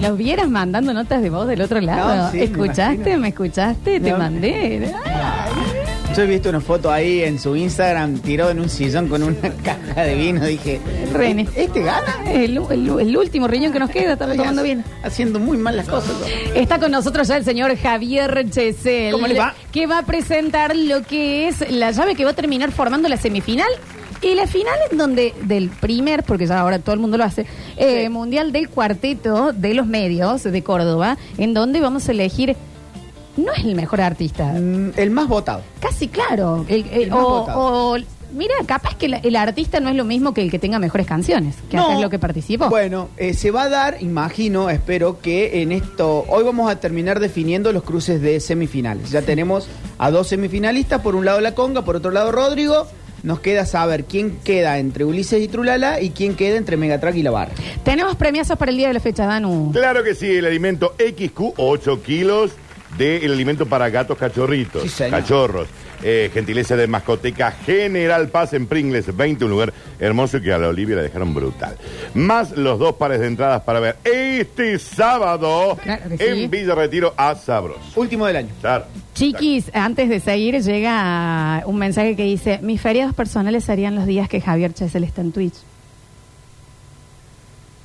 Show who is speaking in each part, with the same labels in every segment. Speaker 1: nos vieras mandando notas de voz del otro lado.
Speaker 2: No, sí, me
Speaker 1: ¿Escuchaste? ¿Me,
Speaker 2: imagino.
Speaker 1: escuchaste? Te
Speaker 2: No.
Speaker 1: mandé.
Speaker 2: Yo he visto una foto ahí en su Instagram, tirado en un sillón con una caja de vino. Dije,
Speaker 1: René.
Speaker 2: ¿este gana?
Speaker 1: El, el- el último riñón que nos queda, está tomando bien.
Speaker 2: Haciendo muy mal las cosas.
Speaker 1: Está con nosotros ya el señor Javier Chesel.
Speaker 2: ¿Cómo le va?
Speaker 1: Que va a presentar lo que es la llave que va a terminar formando la semifinal. Y la final en donde del primer, porque ya ahora todo el mundo lo hace, eh, Mundial del Cuarteto de los Medios de Córdoba, en donde vamos a elegir, no es el mejor artista,
Speaker 2: Mm, El más votado.
Speaker 1: Casi claro. El- el-
Speaker 2: El
Speaker 1: o,
Speaker 2: más votado.
Speaker 1: o- mira, capaz que la- el artista no es lo mismo que el que tenga mejores canciones, que acá
Speaker 2: No.
Speaker 1: es lo que participó.
Speaker 2: Bueno, eh, se va a dar, imagino, espero que en esto. Hoy vamos a terminar definiendo los cruces de semifinales. Ya tenemos a dos semifinalistas, por un lado la conga, por otro lado Rodrigo. Nos queda saber quién queda entre Ulises y Trulala y quién queda entre Megatrack y La Barra.
Speaker 1: Tenemos premiazos para el día de la fecha, Danu.
Speaker 3: Claro que sí, el alimento XQ, 8 kilos del alimento para gatos cachorritos,
Speaker 2: Sí, señor.
Speaker 3: cachorros. Eh, gentileza de mascoteca General Paz en Pringles 20, un lugar hermoso que a la Olivia la dejaron brutal. Más los dos pares de entradas para ver este sábado
Speaker 1: Claro que sí.
Speaker 3: en Villa Retiro a Sabros.
Speaker 2: Último del año.
Speaker 3: Claro.
Speaker 1: Chiquis, antes de seguir, llega un mensaje que dice: Mis feriados personales serían los días que Javier Chesel está en Twitch.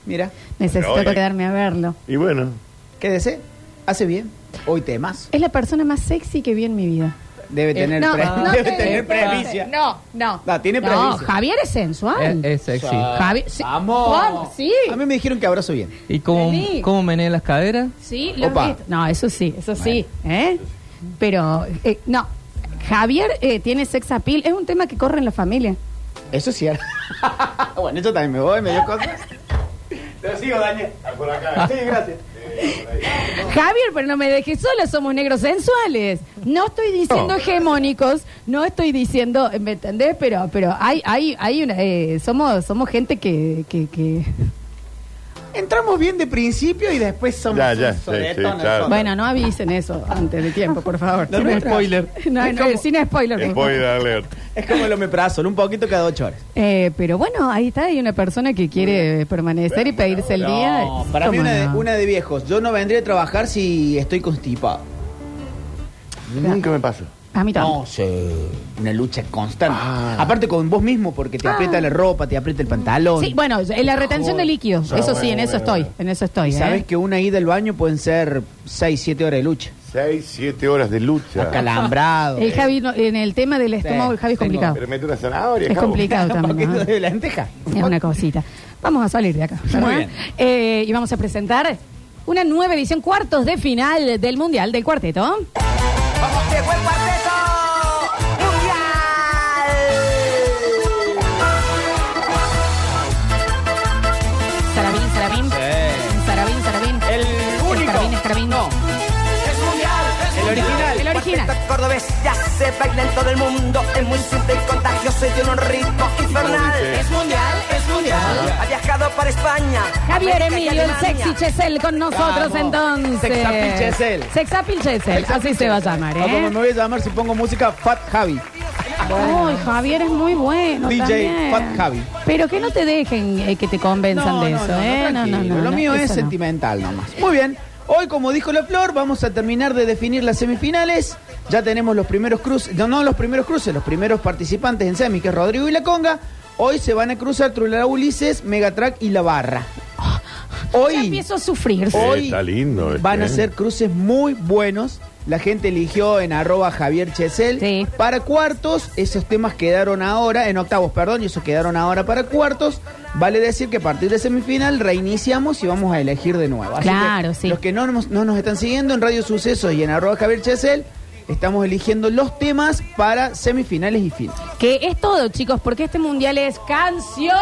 Speaker 2: Mira,
Speaker 1: Necesito
Speaker 3: Pero, oye.
Speaker 1: quedarme a verlo.
Speaker 3: Y bueno,
Speaker 2: quédese. Hace bien. Hoy temas.
Speaker 1: Es la persona más sexy que vi en mi vida.
Speaker 2: Debe tener,
Speaker 1: Eh, no,
Speaker 2: pre-
Speaker 1: no,
Speaker 2: debe
Speaker 1: no,
Speaker 2: tener
Speaker 1: no,
Speaker 2: premicia.
Speaker 1: No, no.
Speaker 2: No, tiene
Speaker 1: No,
Speaker 2: premicia.
Speaker 1: Javier es sensual.
Speaker 4: Eh, Es, es sexy.
Speaker 1: Javier, sí.
Speaker 2: Vamos.
Speaker 1: Juan, Sí.
Speaker 2: A mí me dijeron que abrazo bien.
Speaker 4: ¿Y cómo,
Speaker 1: Vení.
Speaker 4: cómo menea las caderas?
Speaker 1: Sí, lo
Speaker 2: Opa.
Speaker 1: he visto. No, eso sí, eso sí. ¿eh? Pero, eh, no. Javier eh, tiene sex appeal. Es un tema que corre en la familia.
Speaker 2: Eso es cierto. bueno, yo también me voy, me dio cosas. Te sigo, Daniel.
Speaker 3: por acá.
Speaker 2: Sí, gracias.
Speaker 1: Javier, pero no me dejes sola, somos negros sensuales. No estoy diciendo
Speaker 3: No.
Speaker 1: hegemónicos, no estoy diciendo, ¿me entendés? Pero, pero hay, hay, hay una, eh, somos, somos gente que, que, que-
Speaker 2: Entramos bien de principio y después somos
Speaker 3: Ya, ya,
Speaker 2: un
Speaker 3: sí,
Speaker 2: soletón
Speaker 3: sí, claro.
Speaker 2: al fondo.
Speaker 1: Bueno, no avisen eso antes de tiempo, por favor.
Speaker 2: No, no,
Speaker 4: spoiler.
Speaker 1: No, no, sin spoiler. por favor.
Speaker 3: spoiler alert.
Speaker 2: Es como el omeprazol, un poquito cada ocho horas.
Speaker 1: Eh, pero bueno, ahí está, hay una persona que quiere permanecer y pedirse el día.
Speaker 2: No, para mí
Speaker 1: ¿Cómo
Speaker 2: una de,
Speaker 1: no?
Speaker 2: una de viejos. Yo no vendría a trabajar si estoy constipado.
Speaker 3: Nunca me pasó.
Speaker 1: A mí también.
Speaker 2: No, sé. Una lucha constante.
Speaker 1: Ah.
Speaker 2: Aparte con vos mismo, porque te aprieta la ropa, te aprieta el pantalón.
Speaker 1: Sí, bueno, en la retención de líquidos, eso sí, en eso estoy, en eso estoy.
Speaker 2: Y
Speaker 1: ¿eh?
Speaker 2: sabes que una ida al baño pueden ser seis, siete horas de lucha.
Speaker 3: Seis, siete horas de lucha.
Speaker 2: Acalambrado.
Speaker 1: El Javi, no- en el tema del estómago, el Javi es
Speaker 2: tengo-
Speaker 1: complicado.
Speaker 3: Pero mete una zanahoria.
Speaker 1: Es
Speaker 3: cabo.
Speaker 1: complicado
Speaker 2: Un
Speaker 1: también.
Speaker 2: poquito
Speaker 1: ¿no?
Speaker 2: de lenteja.
Speaker 1: Es una cosita. Vamos a salir de acá.
Speaker 2: Muy
Speaker 1: ¿no?
Speaker 2: bien.
Speaker 1: Eh, y vamos a presentar una nueva edición, cuartos de final del Mundial del Cuarteto.
Speaker 5: ¡Vamos que fue el cuarteto mundial!
Speaker 1: Sarabín, Sarabín. Sarabín, Sarabín.
Speaker 2: El único.
Speaker 1: Sarabín, Sarabín.
Speaker 2: No.
Speaker 5: ¡Es mundial! ¡Es
Speaker 2: El original.
Speaker 1: El original.
Speaker 5: Cuarteto cordobés ya se baila en todo el mundo. Es muy simple y contagioso y tiene un ritmo infernal.
Speaker 3: dice?
Speaker 5: ¡Es mundial! ¡Es mundial! Ha viajado para España.
Speaker 1: Javier
Speaker 5: América y
Speaker 1: Emilio, el
Speaker 5: Alemania.
Speaker 1: sexy Chesel con nosotros
Speaker 2: Vamos.
Speaker 1: entonces.
Speaker 2: Sexapil Chesel.
Speaker 1: Sexapil Chesel, así se va a llamar,
Speaker 2: O como
Speaker 1: ¿eh?
Speaker 2: Ah, me voy a llamar si pongo música Fat Javi.
Speaker 1: Uy, Javier es muy bueno.
Speaker 2: DJ
Speaker 1: también.
Speaker 2: Fat Javi.
Speaker 1: Pero que no te dejen eh, que te convenzan de eso, ¿eh? No, no,
Speaker 2: tranquilo.
Speaker 1: no.
Speaker 2: Lo
Speaker 1: no,
Speaker 2: mío es
Speaker 1: eso no.
Speaker 2: sentimental nomás. Muy bien. Hoy, como dijo la Flor, vamos a terminar de definir las semifinales. Ya tenemos los primeros cruces, no, no los primeros cruces, los primeros participantes en semi, que es Rodrigo y la Conga. Hoy se van a cruzar Trulara Ulises, Megatrack y La Barra. Hoy,
Speaker 1: Ya empiezo a sufrir.
Speaker 2: hoy
Speaker 3: Sí, Eh, está lindo este,
Speaker 2: van a
Speaker 3: ¿eh?
Speaker 2: ser cruces muy buenos. La gente eligió en arroba Javier Chesel.
Speaker 1: Sí.
Speaker 2: Para cuartos, esos temas quedaron ahora, en octavos, perdón, y esos quedaron ahora para cuartos. Vale decir que a partir de semifinal reiniciamos y vamos a elegir de nuevo. Así
Speaker 1: Claro,
Speaker 2: que
Speaker 1: sí.
Speaker 2: Los que no nos, no nos están siguiendo en Radio Sucesos y en arroba Javier Chesel, estamos eligiendo los temas para semifinales y final.
Speaker 1: Que es todo, chicos, porque este mundial es canción.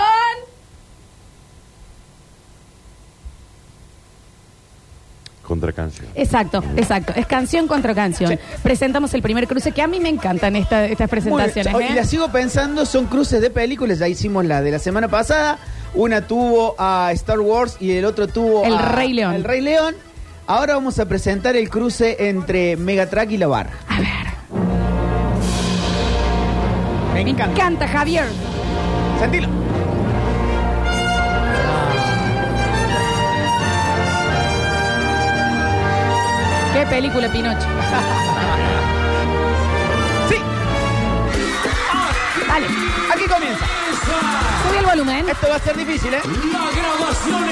Speaker 3: Contra cáncer.
Speaker 1: Exacto, exacto. Es canción contra canción.
Speaker 2: Sí.
Speaker 1: Presentamos el primer cruce, que a mí me encantan esta- estas presentaciones.
Speaker 2: Muy bien.
Speaker 1: ¿eh?
Speaker 2: Y la sigo pensando, son cruces de películas, ya hicimos la de la semana pasada, una tuvo a Star Wars y el otro tuvo
Speaker 1: El
Speaker 2: a
Speaker 1: Rey León.
Speaker 2: El Rey León. Ahora vamos a presentar el cruce entre Megatrack y La Barra.
Speaker 1: A ver.
Speaker 2: Me
Speaker 1: Me
Speaker 2: encanta.
Speaker 1: encanta, Javier.
Speaker 2: Sentilo.
Speaker 1: película, Pinocho.
Speaker 2: Sí,
Speaker 1: Dale,
Speaker 2: aquí comienza.
Speaker 1: sube el volumen.
Speaker 2: Esto va a ser difícil, ¿eh?
Speaker 4: La grabación en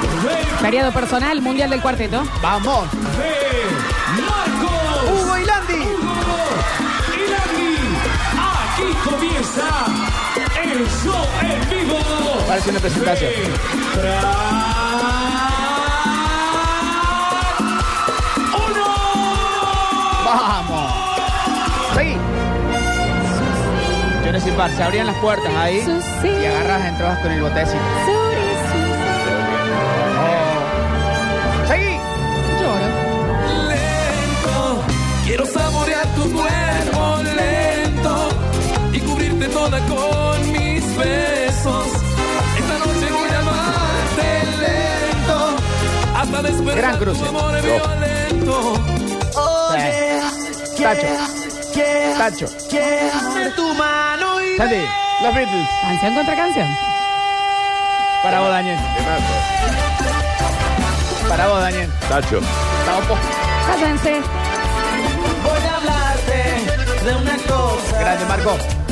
Speaker 4: vivo de,
Speaker 1: Feriado personal, mundial del cuarteto.
Speaker 2: Vamos.
Speaker 4: de Marcos
Speaker 2: Hugo y Landy.
Speaker 4: Hugo y Lani. Aquí comienza el show en vivo.
Speaker 2: Parece una presentación.
Speaker 4: de Track Uno.
Speaker 2: Vamos. Seguí. Yo no sé, par, se abrían las puertas ahí
Speaker 1: Susi.
Speaker 2: y agarras, entrabas con el botecito. Seguí.
Speaker 1: Lloro.
Speaker 6: lento. Quiero saborear tu cuerpo lento y cubrirte toda con mis besos. Esta noche voy a amarte lento hasta despertar
Speaker 2: Gran cruce.
Speaker 6: tu amor violento.
Speaker 2: Tacho. Tacho. Santi. Los Beatles.
Speaker 1: Canción contra canción.
Speaker 2: Para vos, Daniel.
Speaker 3: Temazo.
Speaker 2: Para vos, Daniel.
Speaker 3: Tacho.
Speaker 2: Vamos.
Speaker 1: Cállense.
Speaker 5: Voy a hablarte de una cosa
Speaker 2: Grande, Marco.
Speaker 5: y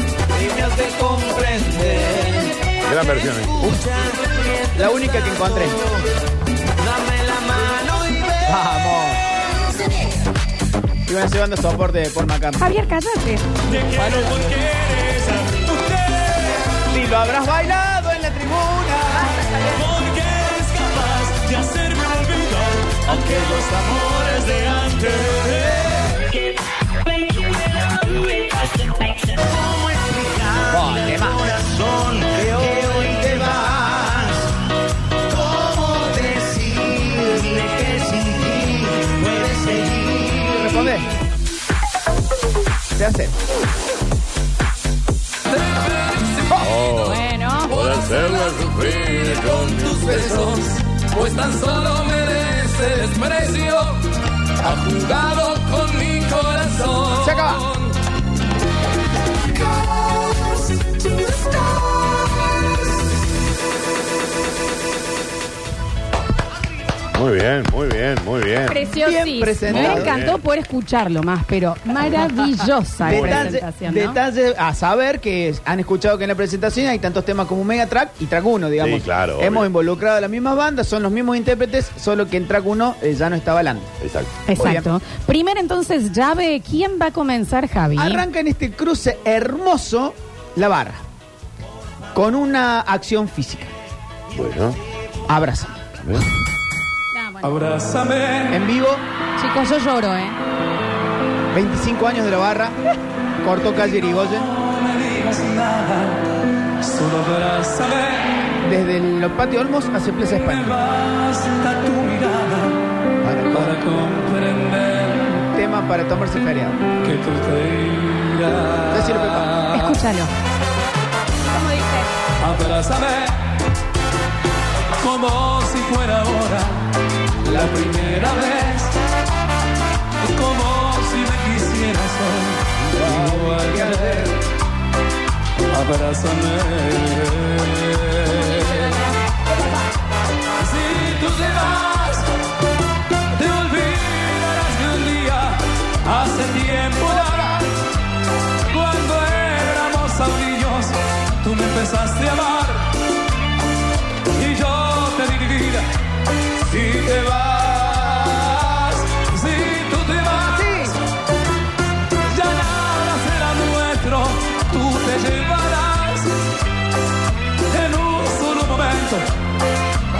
Speaker 5: me has de comprender.
Speaker 3: Gran versión. ¿eh?
Speaker 5: Escucha,
Speaker 2: La única que encontré.
Speaker 5: dame la mano y ve.
Speaker 2: Vamos. Iban llevando soporte de Paul McCartney.
Speaker 1: Javier, cállate.
Speaker 4: Te quiero porque eres a- usted,
Speaker 2: Si lo habrás bailado en la tribuna.
Speaker 4: porque eres capaz de hacerme olvidar aquellos amores de antes.
Speaker 2: Oh, tema.
Speaker 5: corazón que hoy te vas. ¿Cómo decirle que sin ti puedes seguir?
Speaker 2: Responde. Se hace. Oh.
Speaker 1: Bueno.
Speaker 6: Por hacerla sufrir con tus besos, pues tan solo merece desprecio. Ha jugado con mi corazón.
Speaker 2: Se acaba.
Speaker 3: Muy bien, muy bien, muy
Speaker 2: Bien
Speaker 3: bien.
Speaker 1: Preciosísimo.
Speaker 2: presentado.
Speaker 1: Me encantó poder escucharlo más, pero maravillosa la
Speaker 2: Detalle,
Speaker 1: presentación. ¿no?
Speaker 2: detalle a saber que es- han escuchado que en la presentación hay tantos temas como Mega Track y Track 1, digamos.
Speaker 3: Sí, claro,
Speaker 2: Hemos
Speaker 3: obvio.
Speaker 2: involucrado a las mismas bandas, son los mismos intérpretes, solo que en Track 1 eh, ya no estaba Landy.
Speaker 3: Exacto.
Speaker 1: Exacto. Primero entonces, llave, ¿quién va a comenzar, Javi?
Speaker 2: Arranca en este cruce hermoso la barra. Con una acción física.
Speaker 3: Bueno.
Speaker 2: Abraza.
Speaker 3: a ver.
Speaker 1: Ah, bueno.
Speaker 6: Abrázame.
Speaker 2: En vivo,
Speaker 1: Chicos, yo lloro, ¿eh?
Speaker 2: 25 años de la barra. Corto calle Irigoyen.
Speaker 6: No me digas nada, solo abrázame.
Speaker 2: Desde el Patio Olmos hacia Plaza
Speaker 6: Me
Speaker 2: España.
Speaker 6: basta tu mirada para comprender
Speaker 2: Tema para tomarse feriado.
Speaker 6: que tú te irás.
Speaker 2: Decirle, Pepa.
Speaker 1: Escúchalo.
Speaker 6: Abrázame como si fuera ahora la primera vez. Como si me quisieras hoy, igual que ayer. Abrázame. Si tú te vas, te olvidarás de un día. Hace tiempo atrás, cuando éramos aurillos, tú me empezaste a amar. Y yo te di mi vida. Si te vas, si tú te vas, ya nada será nuestro. Tú te llevarás en un solo momento,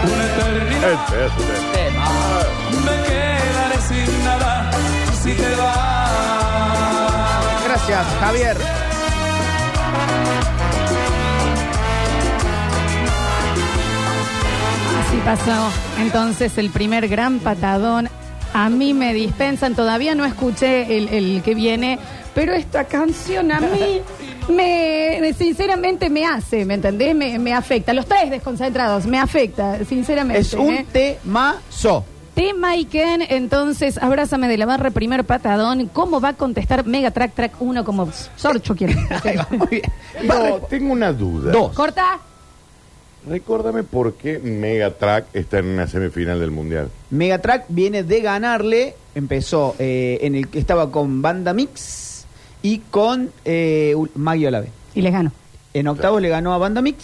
Speaker 6: una eternidad.
Speaker 3: Este es usted.
Speaker 6: Me quedaré sin nada si te vas.
Speaker 2: Gracias, Javier.
Speaker 1: Así pasó. Entonces, el primer gran patadón. A mí me dispensan. Todavía no escuché el, el que viene, pero esta canción a mí. Me, sinceramente me hace, ¿me entendés? Me, me afecta. Los tres desconcentrados, me afecta, sinceramente.
Speaker 2: Es un
Speaker 1: ¿eh?
Speaker 2: temazo.
Speaker 1: Tema y Ken, entonces, abrázame de la barra, primer patadón. ¿Cómo va a contestar Mega Track Track 1 como Sorcho quiere?
Speaker 2: Ahí va, muy bien.
Speaker 3: Barre, tengo una duda.
Speaker 2: Dos.
Speaker 1: Corta.
Speaker 3: Recuérdame por qué Megatrack está en una semifinal del Mundial.
Speaker 2: Megatrack viene de ganarle, empezó eh, en el que estaba con Banda Mix y con eh, Ul- Maggie Olave.
Speaker 1: Y les gano.
Speaker 2: En octavos le ganó a Banda Mix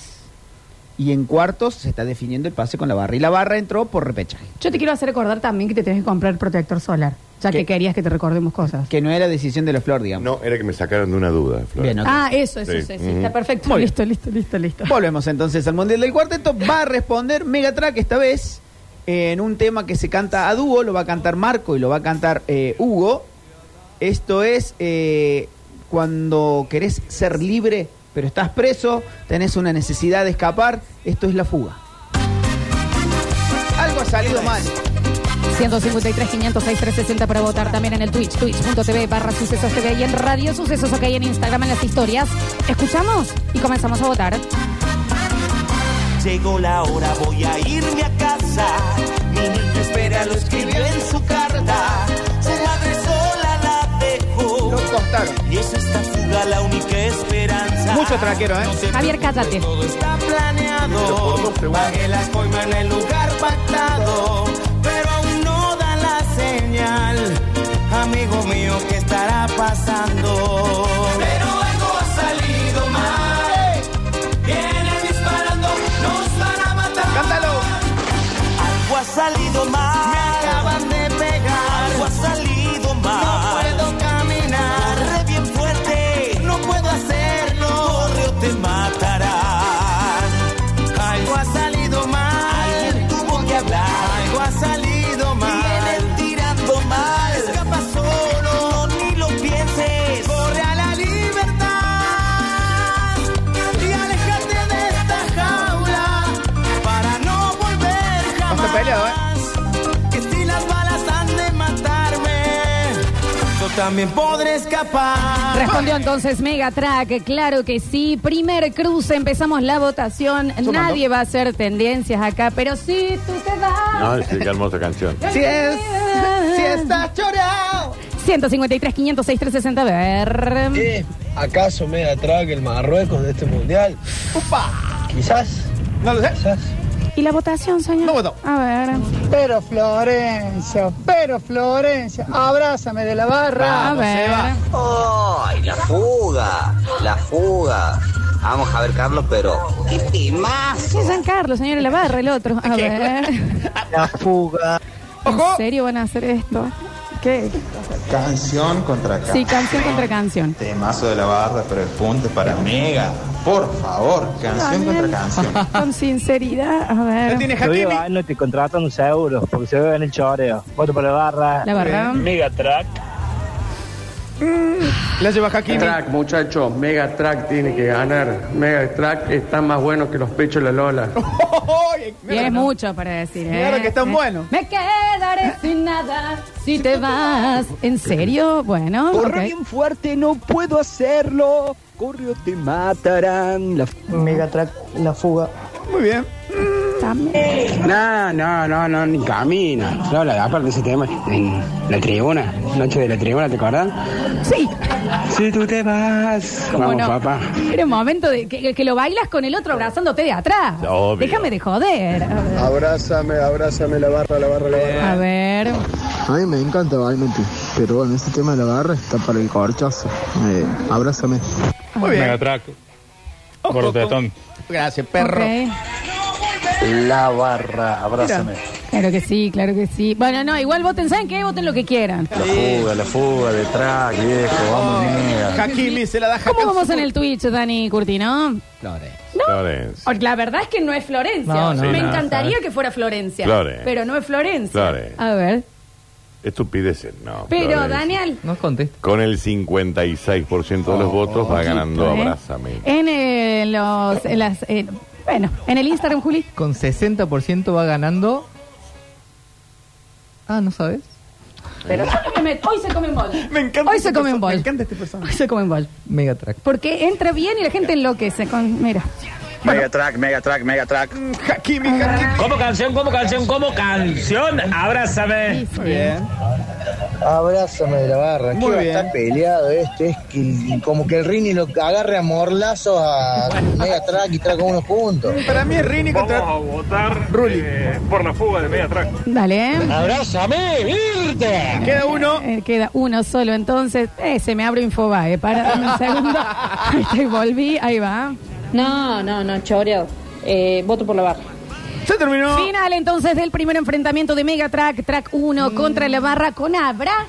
Speaker 2: y en cuartos se está definiendo el pase con la barra. Y la barra entró por repechaje,
Speaker 1: Yo te quiero hacer recordar también que te tenés que comprar protector solar, ya que
Speaker 2: ¿Qué?
Speaker 1: querías que te recordemos cosas.
Speaker 2: que no era decisión de la flor, digamos.
Speaker 3: No, era que me sacaran de una duda, Flor.
Speaker 2: Bien, ok.
Speaker 1: Ah, eso, eso,
Speaker 3: Sí.
Speaker 1: eso, eso.
Speaker 3: Ujú.
Speaker 1: Está perfecto.
Speaker 2: Muy bien.
Speaker 1: listo, listo, listo, listo.
Speaker 2: Volvemos entonces al Mundial del Cuarteto. Va a responder Megatrack esta vez en un tema que se canta a dúo. Lo va a cantar Marco y lo va a cantar eh, Hugo. Esto es eh, cuando querés ser libre, pero estás preso, tenés una necesidad de escapar. Esto es la fuga. Algo ha salido mal.
Speaker 1: 153 506 360 para votar también en el Twitch, twitch.tv barra sucesos TV y en Radio Sucesos acá y en Instagram en las historias. Escuchamos y comenzamos a votar.
Speaker 5: Llegó la hora, voy a irme a casa. Mi niño espera, lo escribió en su carta. Su madre sola la dejó.
Speaker 2: Lo costaron.
Speaker 5: Y es esta fuga la única esperanza.
Speaker 2: Mucho traquero, ¿eh?
Speaker 5: No se
Speaker 1: Javier, cállate.
Speaker 5: Todo está
Speaker 3: Pero
Speaker 5: planeado.
Speaker 3: por dos segundos.
Speaker 5: Pagué la coima en el lugar pactado. Pero aún no da la señal. Amigo mío, ¿qué estará pasando? Pero algo ha salido mal. Vienen disparando, nos van a matar.
Speaker 2: Cántalo.
Speaker 5: Algo ha salido mal. Me acaban de pegar. Algo ha salido mal. No puedo caminar. Corre bien fuerte. No puedo hacerlo. Corre o te matarán. Algo ha salido mal. Alguien tuvo que hablar. Algo ha salido mal. Vienen tirando mal. Escapa solo. No, ni lo pienses. Corre a la libertad. Y alejate de esta jaula. Para no volver jamás.
Speaker 2: Basta peleado, ¿eh?
Speaker 5: Que si las balas han de matarme, yo también podré escapar.
Speaker 1: Respondió entonces Megatrack, claro que sí. Primer cruce, empezamos la votación. Nadie va a hacer tendencias acá, pero sí tú te vas.
Speaker 3: No, sí, qué hermosa canción.
Speaker 2: Si, es, si estás choreado.
Speaker 1: 153 506 360 a ver.
Speaker 7: ¿Es acaso Mega Track el Marruecos de este mundial?
Speaker 2: Upa.
Speaker 7: Quizás,
Speaker 2: No lo sé.
Speaker 7: quizás.
Speaker 1: ¿Y la votación, señor?
Speaker 2: No votó.
Speaker 1: A ver.
Speaker 8: Pero Florencia, pero Florencia, abrázame de la barra.
Speaker 1: A ver.
Speaker 2: Seba.
Speaker 9: ¡Ay, la fuga! La fuga. Vamos a ver, Carlos, pero. ¡Qué temazo!
Speaker 1: Sí, San Carlos, señor, la barra, el otro. A ver.
Speaker 7: La fuga.
Speaker 1: ¿En serio van a hacer esto? ¿Qué?
Speaker 10: Canción contra canción.
Speaker 1: Sí, canción contra canción.
Speaker 10: Temazo de la barra, pero el punto es para Mega. Por favor, canción
Speaker 1: Daniel,
Speaker 10: contra canción.
Speaker 1: Con sinceridad, a
Speaker 2: No
Speaker 1: ver.
Speaker 2: tiene
Speaker 7: Te
Speaker 2: Hakimi.
Speaker 7: no te contratan un seguro porque se ve en el choreo. Voto para la barra.
Speaker 1: La barra.
Speaker 7: Mega Track.
Speaker 2: La lleva Hakimi.
Speaker 11: Track, muchachos, Mega Track tiene que ganar. Mega Track está más bueno que los pechos de la Lola.
Speaker 1: Tienes mucho para decir, ¿eh?
Speaker 2: Claro que está
Speaker 1: Eh,
Speaker 2: bueno.
Speaker 1: Me quedaré sin nada si te vas. ¿En serio? Bueno, ok.
Speaker 7: fuerte, no puedo hacerlo. Corre o te matarán. La
Speaker 8: Megatrack, la fuga.
Speaker 2: Muy bien.
Speaker 1: También.
Speaker 7: No, no, no, no, ni camina. No, la aparte ese tema en la tribuna, noche de la tribuna, ¿te acordás?
Speaker 1: Sí,
Speaker 7: Si tú te vas.
Speaker 1: cómo
Speaker 7: Vamos,
Speaker 1: no.
Speaker 7: papá.
Speaker 1: Era un momento de que, que lo bailas con el otro abrazándote de atrás.
Speaker 3: Obvio.
Speaker 1: Déjame de joder.
Speaker 7: Abrázame, abrázame la barra, la barra, la barra.
Speaker 1: A ver.
Speaker 10: A mí me encanta Valmenti, pero bueno, este tema de la barra está para el corchazo. Eh, abrázame.
Speaker 2: Muy bien.
Speaker 11: Track,
Speaker 2: Cortetón. Gracias, perro.
Speaker 1: Ok.
Speaker 7: La barra, abrázame.
Speaker 1: Claro que sí, claro que sí. Bueno, no, igual voten, ¿saben qué? Voten lo que quieran.
Speaker 7: La fuga, la fuga de track, viejo, vamos, nega.
Speaker 2: Hakimi se la da
Speaker 1: ¿Cómo
Speaker 2: Hakimi.
Speaker 1: vamos en el Twitch, Dani Curtino?
Speaker 2: Flores.
Speaker 3: Flores.
Speaker 1: O- La verdad es que no es Florencia.
Speaker 7: No, no,
Speaker 1: Me
Speaker 7: no,
Speaker 1: encantaría que fuera Florencia.
Speaker 3: Flores.
Speaker 1: Pero no es Florencia.
Speaker 3: Flores.
Speaker 1: A ver.
Speaker 3: Estupideces, no.
Speaker 1: Pero,
Speaker 3: Flores.
Speaker 1: Daniel.
Speaker 6: No contesta.
Speaker 3: Con el 56% de los votos va ganando
Speaker 1: ¿eh?
Speaker 3: Abrázame.
Speaker 1: En eh, los. en las, eh, bueno, en el Instagram, Juli.
Speaker 6: Con 60% va ganando. Ah, ¿no sabes?
Speaker 1: Pero yo no me meto. hoy se come en bol.
Speaker 2: Me encanta.
Speaker 1: Hoy
Speaker 2: este
Speaker 1: se come en
Speaker 2: perso-
Speaker 1: bol.
Speaker 2: Me encanta este personaje.
Speaker 1: Hoy se come en bol.
Speaker 6: Megatrack.
Speaker 1: Porque entra bien y la gente enloquece con. Mira.
Speaker 7: Megatrack, megatrack, megatrack.
Speaker 2: Hakimi, Hakimi.
Speaker 7: Como canción, como canción, como canción, abrázame.
Speaker 1: Sí, sí.
Speaker 2: Muy bien.
Speaker 12: Abrázame de la barra.
Speaker 2: Muy
Speaker 12: Muy
Speaker 2: bien.
Speaker 12: bien. Está peleado este. Es que como que el Rini lo agarre a morlazo
Speaker 7: Ah,
Speaker 12: a Mega Track y traga uno juntos.
Speaker 2: Para mí es Rini contra.
Speaker 13: Vamos a votar eh, por la fuga de Mediatrack.
Speaker 1: Dale. ¿eh?
Speaker 12: ¡Abrázame, Virte!
Speaker 2: Queda uno.
Speaker 1: queda uno solo, entonces. Eh, se me abre Infobae. Para, dame un segundo. Ahí estoy, volví, ahí va.
Speaker 5: No, no, no, choreo. Eh, voto por la barra.
Speaker 2: Se terminó.
Speaker 1: Final entonces del primer enfrentamiento de Mega Track, Track 1 contra la barra con Abraz.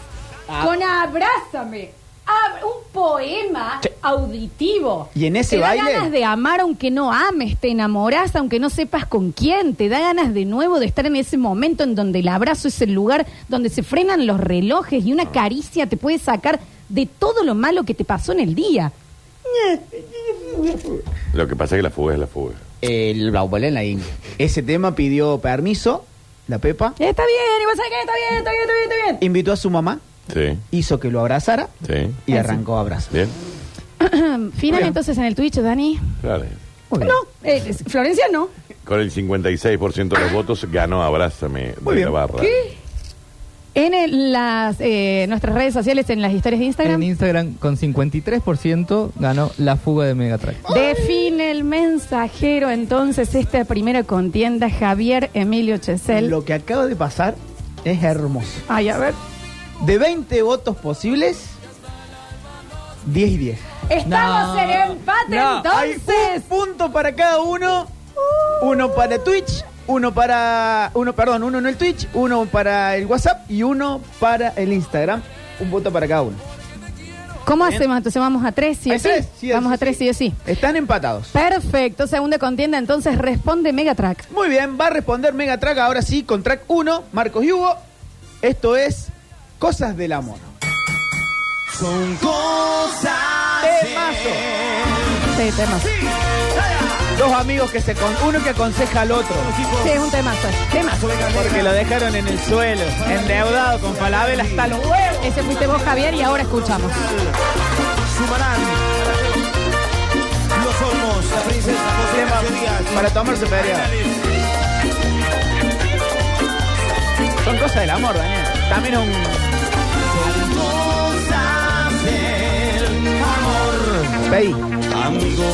Speaker 2: Mm. Ah.
Speaker 1: Con Abrázame. Ab- un poema auditivo.
Speaker 2: Y en ese
Speaker 1: te
Speaker 2: baile-
Speaker 1: da ganas de amar aunque no ames, te enamorás aunque no sepas con quién, te da ganas de nuevo de estar en ese momento en donde el abrazo es el lugar donde se frenan los relojes y
Speaker 2: Ah.
Speaker 1: una caricia te puede sacar de todo lo malo que te pasó en el día.
Speaker 3: Lo que pasa es que la fuga es la fuga.
Speaker 2: El Blaubol en la India. Ese tema pidió permiso, la Pepa.
Speaker 1: Está bien, igual sabes que está bien, está bien, está bien, está bien.
Speaker 2: Invitó a su mamá,
Speaker 3: Sí,
Speaker 2: hizo que lo abrazara
Speaker 3: sí.
Speaker 2: y arrancó a abrazar.
Speaker 3: Bien,
Speaker 1: Final entonces en el Twitch, Dani.
Speaker 3: claro.
Speaker 1: No, eh, Florencia no.
Speaker 3: Con el 56% de los votos ganó Abrázame de la barra.
Speaker 1: En el- las, eh, nuestras redes sociales, en las historias de Instagram,
Speaker 14: En Instagram con 53% ganó la fuga de Megatrack.
Speaker 1: define el mensajero entonces esta primera contienda, Javier Emilio Chesel.
Speaker 2: Lo que acaba de pasar es hermoso.
Speaker 1: Ay, a ver.
Speaker 2: De 20 votos posibles, 10 y 10.
Speaker 1: Estamos
Speaker 2: No.
Speaker 1: en empate
Speaker 2: No.
Speaker 1: entonces.
Speaker 2: Hay un punto para cada uno. Uno para Twitch, uno para. uno, perdón, uno en el Twitch, uno para el WhatsApp y uno para el Instagram. Un voto para cada uno.
Speaker 1: ¿Cómo hacemos? Entonces vamos a tres, sí o
Speaker 2: Hay
Speaker 1: sí.
Speaker 2: tres, sí o
Speaker 1: vamos
Speaker 2: sí,
Speaker 1: a tres, sí o sí.
Speaker 2: Están empatados.
Speaker 1: Perfecto. Segunda contienda, entonces responde Megatrack.
Speaker 2: Muy bien, va a responder Megatrack ahora sí con track 1, Marcos y Hugo. Esto es Cosas del Amor.
Speaker 6: Son cosas.
Speaker 1: Sí, temazo.
Speaker 2: Dos amigos que se con uno que aconseja al otro.
Speaker 1: Sí, es un temazo. Temazo.
Speaker 2: Porque lo dejaron en el suelo, endeudado con palabras hasta los huevos.
Speaker 1: Ese fuiste vos, Javier, y ahora escuchamos.
Speaker 6: Sumarán. Los Olmos, la princesa José Ignacio Díaz.
Speaker 2: Para tomarse feria. Son cosas del amor, Daniel. También es un.
Speaker 6: Cosas del amor. Amigo,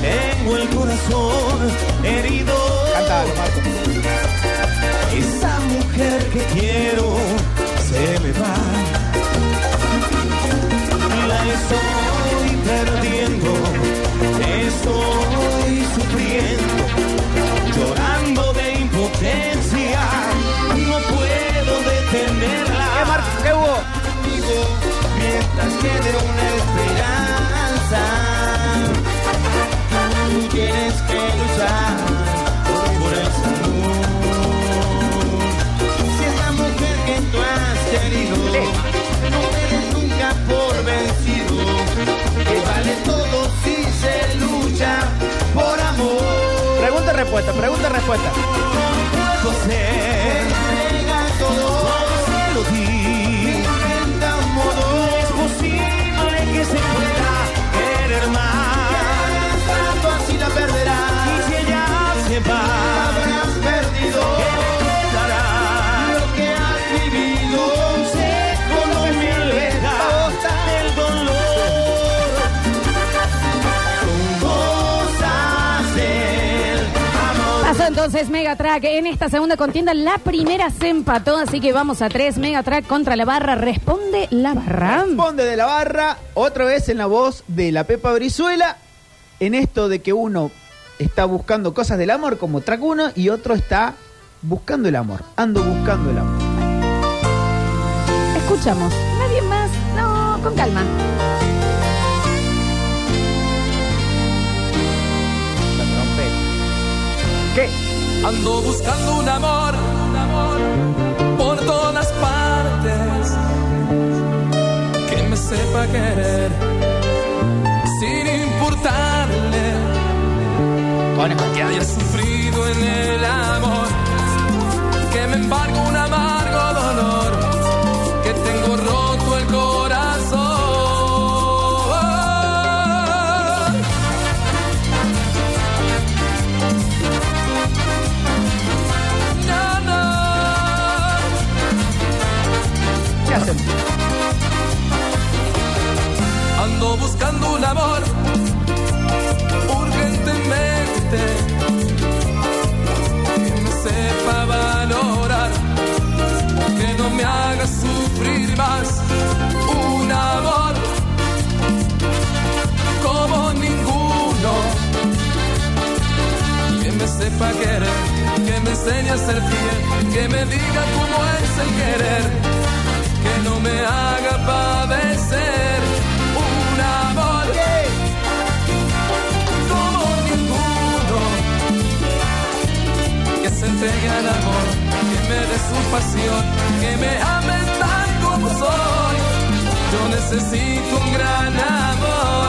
Speaker 6: tengo el corazón herido.
Speaker 2: Eh,
Speaker 6: Esa mujer que quiero se me va. La estoy perdiendo. Estoy sufriendo. Llorando de impotencia. No puedo detenerla. ¿Qué, Mientras quede una esperanza, tú tienes que luchar por esa luz. Si esa mujer que tú has querido no te des nunca por vencido, que vale todo si se lucha por amor.
Speaker 2: Pregunta y respuesta, pregunta y respuesta.
Speaker 6: José, entrega todo, se lo di. Inventa un modo, es posible que se pueda querer más. Tanto así la perderás. Y si ella se va, habrás perdido. ¿Qué te quedará? Lo que has vivido se conoce mi legado del dolor. Son cosas del amor.
Speaker 1: Pasó entonces Megatrack en esta segunda contienda. La primera se empató, así que vamos a tres. Megatrack contra la barra. Responde la barra.
Speaker 2: Responde de la barra, otra vez en la voz de la Pepa Brizuela, en esto de que uno está buscando cosas del amor como track uno y otro está buscando el amor. Ando buscando el amor.
Speaker 1: Escuchamos. Nadie más. No, con calma.
Speaker 2: ¿Qué?
Speaker 15: Ando buscando un amor, un amor por todas partes que me sepa querer sin importarle que haya sufrido en el amor, que me embargo un amargo dolor, que tengo roto el corazón.
Speaker 2: ¿Qué hacemos?
Speaker 6: enseñe a ser fiel, que me diga cómo es el querer, que no me haga padecer un amor como ninguno, que se entregue al amor, que me dé su pasión, que me ame tal como soy. Yo necesito un gran amor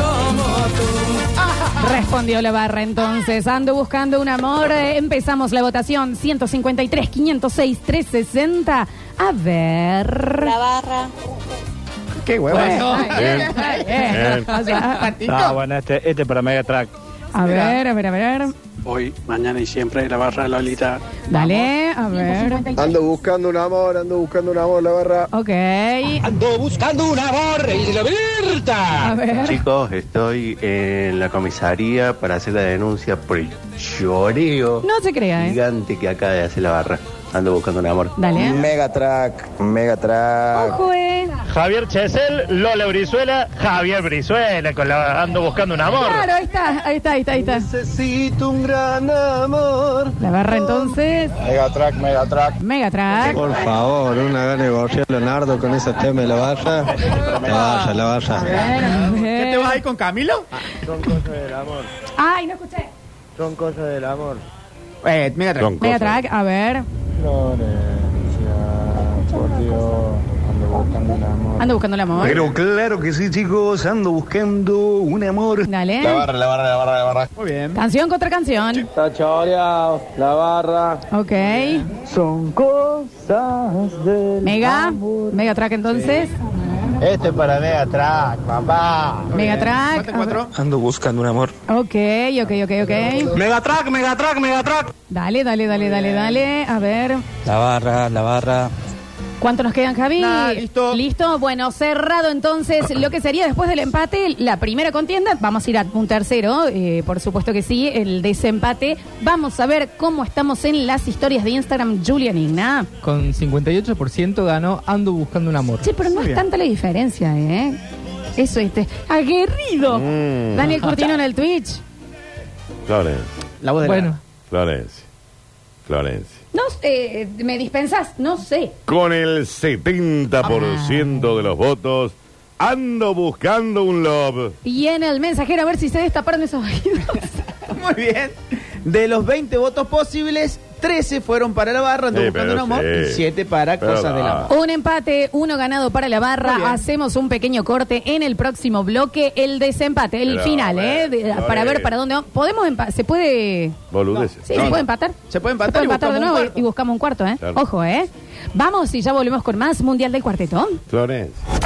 Speaker 6: como tú.
Speaker 1: Respondió la barra entonces. Ando buscando un amor. Eh, Empezamos la votación. 153, 506, 360. A ver. La barra.
Speaker 2: Qué
Speaker 1: huevo.
Speaker 16: Bien. Bien. No,
Speaker 1: A
Speaker 16: bueno, este, este para Megatrack.
Speaker 1: ver, a ver, a ver.
Speaker 16: Hoy, mañana y siempre, la barra de Lolita.
Speaker 1: Dale, a ver.
Speaker 17: Ando buscando un amor, ando buscando un amor, la barra.
Speaker 1: Ok. Ando
Speaker 17: buscando un amor y la Birta.
Speaker 1: A ver.
Speaker 18: Chicos, estoy en la comisaría para hacer la denuncia por el choreo
Speaker 1: No se crea, ¿eh?
Speaker 18: gigante que acaba de hacer la barra. Ando buscando un amor.
Speaker 1: Dale.
Speaker 18: Megatrack, Megatrack.
Speaker 1: Ojo, eh.
Speaker 16: Javier Chesel, Lola Brizuela, Javier Brizuela, con la, ando buscando un amor.
Speaker 1: Claro, ahí está, ahí está, ahí está, ahí está. Necesito un gran amor. La barra entonces.
Speaker 10: Megatrack, Megatrack.
Speaker 1: Megatrack.
Speaker 10: Por favor, una gran negocio, Leonardo, con ese tema de la barra.
Speaker 7: Este
Speaker 10: La barra, la barra.
Speaker 2: ¿Qué te vas ahí con Camilo?
Speaker 12: Son cosas del amor.
Speaker 1: Ay, no escuché.
Speaker 12: Son cosas del amor.
Speaker 2: Eh, Megatrack.
Speaker 1: Megatrack, a ver.
Speaker 12: Florencia, por Dios, ando buscando el amor.
Speaker 1: Ando buscando el amor.
Speaker 19: Pero claro que sí, chicos, ando buscando un amor.
Speaker 1: Dale.
Speaker 19: la barra, la barra, la barra.
Speaker 2: Muy bien.
Speaker 1: Canción contra canción.
Speaker 12: Está choreado, la barra.
Speaker 1: Ok.
Speaker 12: Son cosas del
Speaker 1: Mega. Megatrack entonces.
Speaker 12: Este es para Megatrack, papá.
Speaker 1: Megatrack. a ver.
Speaker 19: Ando buscando un amor.
Speaker 1: Ok, ok, ok, ok.
Speaker 19: Megatrack, Megatrack, Megatrack.
Speaker 1: Dale, dale, dale, dale, dale. A ver.
Speaker 19: La barra, la barra.
Speaker 1: ¿Cuánto nos quedan, Javi? listo. Listo. Bueno, cerrado entonces lo que sería después del empate, la primera contienda. Vamos a ir a un tercero, eh, por supuesto que sí, el desempate. Vamos a ver cómo estamos en las historias de Instagram, Julian Igna.
Speaker 14: Con 58% ganó Ando buscando un amor.
Speaker 1: Sí, pero no es tanta la diferencia, ¿eh? Eso, este, aguerrido. Daniel Curtino en el Twitch.
Speaker 3: Florencia.
Speaker 2: La voz
Speaker 1: de Bueno. la-
Speaker 3: Florencia. Florencia.
Speaker 1: No, eh, me dispensas, no sé.
Speaker 3: Con el 70% de los votos, ando buscando un love.
Speaker 1: Y en el mensajero, a ver si se destaparon esos oídos.
Speaker 2: Muy bien. De los 20 votos posibles, 13 fueron para la barra, ando
Speaker 3: Sí,
Speaker 2: buscando un
Speaker 3: pero
Speaker 2: amor,
Speaker 3: sí.
Speaker 2: y 7 para
Speaker 3: Pero
Speaker 2: cosas del
Speaker 3: no.
Speaker 2: amor.
Speaker 1: Un empate, uno ganado para la barra. Hacemos un pequeño corte en el próximo bloque. El desempate, el
Speaker 3: Pero,
Speaker 1: final,
Speaker 3: a ver,
Speaker 1: ¿eh? De-
Speaker 3: a
Speaker 1: para
Speaker 3: ver.
Speaker 1: ver para dónde vamos. ¿Podemos empa- ¿Se puede.?
Speaker 3: Boludeces.
Speaker 1: Sí, se puede empatar.
Speaker 2: Se puede
Speaker 1: Se
Speaker 2: empatar,
Speaker 1: puede empatar de
Speaker 2: y buscamos un
Speaker 1: nuevo
Speaker 2: cuarto.
Speaker 1: y buscamos un cuarto, ¿eh?
Speaker 3: Claro.
Speaker 1: Ojo, ¿eh? Vamos y ya volvemos con más Mundial del Cuartetón.
Speaker 3: Florencia.